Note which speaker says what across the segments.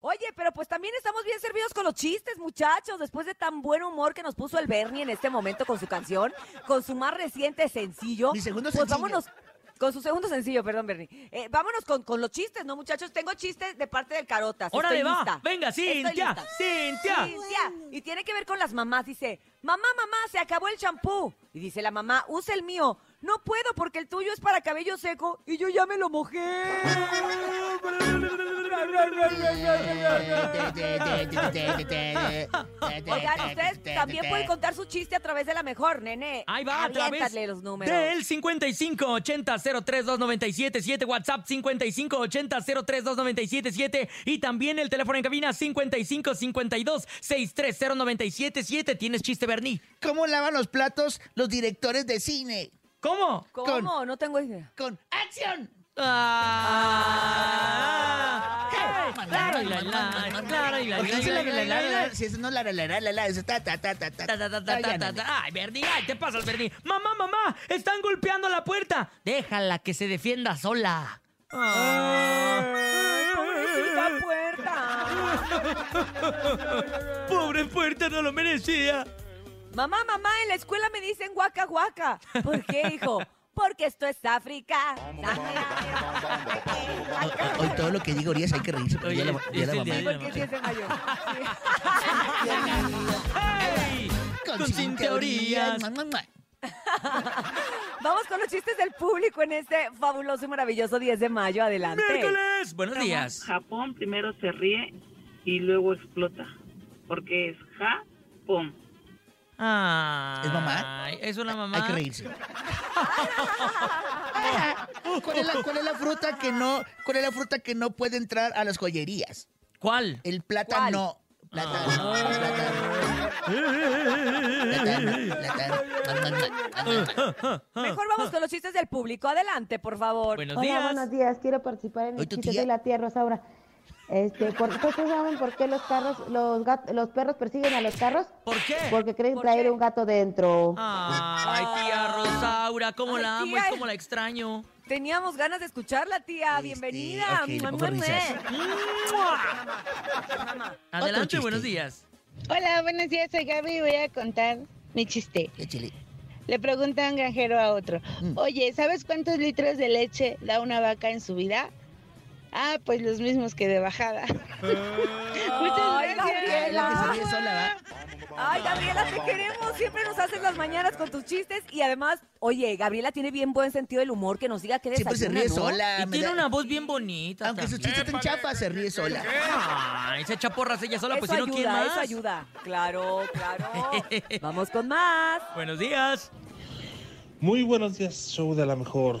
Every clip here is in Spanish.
Speaker 1: Oye, pero pues también estamos bien servidos con los chistes, muchachos. Después de tan buen humor que nos puso el Bernie en este momento con su canción, con su más reciente sencillo.
Speaker 2: Mi segundo
Speaker 1: pues
Speaker 2: sencillo.
Speaker 1: vámonos. Con su segundo sencillo, perdón, Bernie. Eh, vámonos con, con los chistes, ¿no, muchachos? Tengo chistes de parte del Carotas.
Speaker 3: Órale,
Speaker 1: Estoy
Speaker 3: va.
Speaker 1: lista.
Speaker 3: Venga,
Speaker 1: Estoy
Speaker 3: Cintia,
Speaker 1: lista.
Speaker 3: Cintia.
Speaker 1: Cintia. Y tiene que ver con las mamás. Dice, mamá, mamá, se acabó el champú. Y dice la mamá, usa el mío. No puedo porque el tuyo es para cabello seco y yo ya me lo mojé. Oigan, ustedes también pueden contar su chiste a través de la mejor, nene.
Speaker 3: Ahí va, a través
Speaker 1: Aviéntale los números.
Speaker 3: del 5580-032977, WhatsApp 5580-032977 y también el teléfono en cabina 5552-630977. ¿Tienes chiste, Bernie?
Speaker 2: ¿Cómo lavan los platos los directores de cine?
Speaker 3: ¿Cómo?
Speaker 1: ¿Cómo?
Speaker 2: con-
Speaker 1: No tengo idea.
Speaker 2: Con acción.
Speaker 3: Ah. Claro, y la, la, claro, y la, la, la, la, la, la.
Speaker 2: Si eso no la la la la la la, eso ta ta ta ta ta.
Speaker 3: Ta, ta, ta, ta,
Speaker 2: Ay, ya,
Speaker 3: ta,
Speaker 2: nene.
Speaker 3: ta. Ay, Bernie, ay, te pasas, Bernie. Mamá, mamá, están golpeando la puerta. Déjala que se defienda sola.
Speaker 1: Ay, pobrecita puerta.
Speaker 3: Pobre puerta, no lo merecía.
Speaker 1: Mamá, mamá, en la escuela me dicen guaca guaca. ¿Por qué, hijo? Porque esto es África.
Speaker 2: Hoy- Hoy todo lo que digo Urias hay que reírse, pero
Speaker 3: Oye,
Speaker 2: ya la, ya la
Speaker 3: este
Speaker 2: mamá.
Speaker 3: día-
Speaker 1: Porque sí es de mayor. Sí.
Speaker 3: ¡Ey! Con, sin teorías.
Speaker 2: Mua, mua, mua.
Speaker 1: Vamos con los chistes del público en este fabuloso y maravilloso 10 de mayo. Adelante.
Speaker 3: Miércoles. Buenos días.
Speaker 4: Japón primero se ríe y luego explota, porque es Japón.
Speaker 3: Ay,
Speaker 2: ¿Es mamá?
Speaker 3: Es una
Speaker 2: Hay
Speaker 3: mamá.
Speaker 2: que reírse. ¿Cuál es, la, cuál es la fruta que no, cuál es la fruta que no puede entrar a las joyerías?
Speaker 3: ¿Cuál?
Speaker 2: El plátano. Plátano. Plátano. Plátano. Plátano.
Speaker 1: Mejor vamos con los chistes del público. Adelante, por favor.
Speaker 3: Buenos
Speaker 5: Hola,
Speaker 3: días.
Speaker 5: buenos días. Quiero participar en
Speaker 2: Ay,
Speaker 5: el
Speaker 2: tu
Speaker 5: chiste
Speaker 2: tía.
Speaker 5: de la tía Rosaura. Este, ¿por, ¿Ustedes saben por qué los carros, los gat- los perros persiguen a los carros?
Speaker 3: ¿Por qué?
Speaker 5: Porque creen
Speaker 1: ¿Por
Speaker 5: traer
Speaker 1: qué?
Speaker 5: un gato dentro.
Speaker 3: Ay, tía Rosaura, cómo
Speaker 1: Ay,
Speaker 3: la amo
Speaker 1: tía.
Speaker 3: y cómo la extraño.
Speaker 1: Teníamos ganas de escucharla, tía.
Speaker 2: Este,
Speaker 1: Bienvenida.
Speaker 2: ok, le
Speaker 1: Mua,
Speaker 2: pongo
Speaker 1: mua, mua.
Speaker 2: risas.
Speaker 3: Adelante,
Speaker 2: chiste.
Speaker 3: buenos días.
Speaker 6: Hola, buenos días, soy Gaby y voy a contar mi chiste.
Speaker 2: Échale.
Speaker 6: Le pregunta un granjero a otro, oye, ¿sabes cuántos litros de leche da una vaca en su vida? Ah, pues los mismos que de bajada.
Speaker 1: Ay,
Speaker 2: La que se
Speaker 1: Gabriela.
Speaker 2: ríe sola, ¿va?
Speaker 1: Ay, Gabriela, te queremos. Siempre nos haces las mañanas con tus chistes. Y además, oye, Gabriela tiene bien buen sentido del humor. Que nos diga qué
Speaker 2: Siempre se
Speaker 1: desayuna,
Speaker 2: ríe
Speaker 1: ¿no?
Speaker 2: sola.
Speaker 3: Y
Speaker 2: me
Speaker 3: tiene
Speaker 2: da-
Speaker 3: una voz bien bonita.
Speaker 2: Aunque sus
Speaker 3: también.
Speaker 2: chistes estén chafas, se ríe sola.
Speaker 3: Ay, se echa porras ella sola,
Speaker 1: Eso
Speaker 3: pues si no,
Speaker 1: ayuda,
Speaker 3: ¿quién más?
Speaker 1: eso ayuda. Claro, claro. vamos con más.
Speaker 3: Buenos días.
Speaker 7: Muy buenos días, show de la mejor.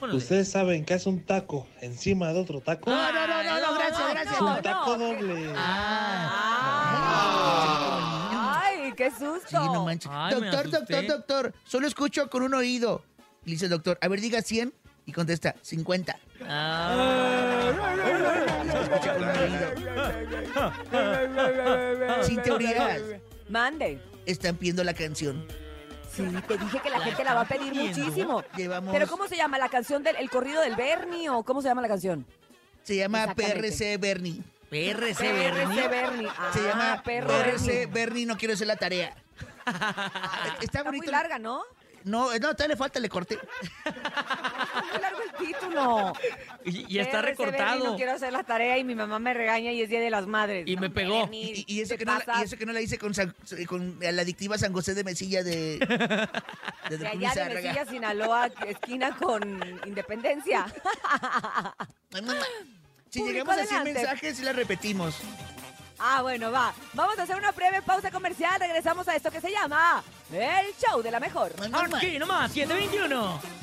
Speaker 3: Buenos
Speaker 7: Ustedes saben que es un taco encima de otro taco.
Speaker 2: No, no, no, no, no, gracias,
Speaker 1: no,
Speaker 2: gracias.
Speaker 1: no.
Speaker 7: un taco doble.
Speaker 1: Ah. Ay, qué susto.
Speaker 2: Sí, no manches.
Speaker 3: Ay, me
Speaker 2: doctor, doctor,
Speaker 3: asusté.
Speaker 2: doctor, solo escucho con un oído. Y le dice el doctor, a ver, diga 100. Y contesta, 50. Solo escucha con un oído. Sin teorías.
Speaker 1: Mande.
Speaker 2: Están pidiendo la canción.
Speaker 1: Sí, te dije que la,
Speaker 3: La
Speaker 1: gente la va a
Speaker 3: están
Speaker 1: pedir
Speaker 3: pidiendo.
Speaker 1: muchísimo.
Speaker 2: Llevamos-
Speaker 1: Pero ¿cómo se llama la canción del el corrido del Bernie o cómo se llama la canción?
Speaker 2: Se llama
Speaker 1: Exactamente.
Speaker 2: PRC Bernie.
Speaker 3: PRC Bernie.
Speaker 1: PRC Bernie.
Speaker 2: Se
Speaker 1: Ah,
Speaker 2: llama PRC
Speaker 1: PRC.
Speaker 2: Bernie, no quiero hacer la tarea. Está
Speaker 1: Está muy
Speaker 2: bonito.
Speaker 1: larga, ¿no?
Speaker 2: No, no, todavía le falta, le corté.
Speaker 1: Está muy largo el título.
Speaker 3: Y, y está
Speaker 1: PRC Bernie,
Speaker 3: recortado.
Speaker 1: No quiero hacer la tarea y mi mamá me regaña y es Día de las Madres.
Speaker 3: Y
Speaker 1: No,
Speaker 3: me pegó.
Speaker 1: Bernie,
Speaker 2: Y, y eso
Speaker 1: te
Speaker 2: que no, la-
Speaker 1: pasas.
Speaker 2: y eso que no la hice con, San- con la adictiva San José de Mesilla de... de,
Speaker 1: De
Speaker 2: Don
Speaker 1: allá de
Speaker 2: Lizárraga.
Speaker 1: Mesilla, Sinaloa, esquina con Independencia.
Speaker 2: Ay, mamá. Si
Speaker 1: Público,
Speaker 2: llegamos a 100
Speaker 1: adelante.
Speaker 2: mensajes, sí la repetimos.
Speaker 1: Ah, bueno, va. Vamos a hacer una breve pausa comercial. Regresamos a esto que se llama El Show de la Mejor.
Speaker 2: Mamá.
Speaker 3: Aquí nomás, 721.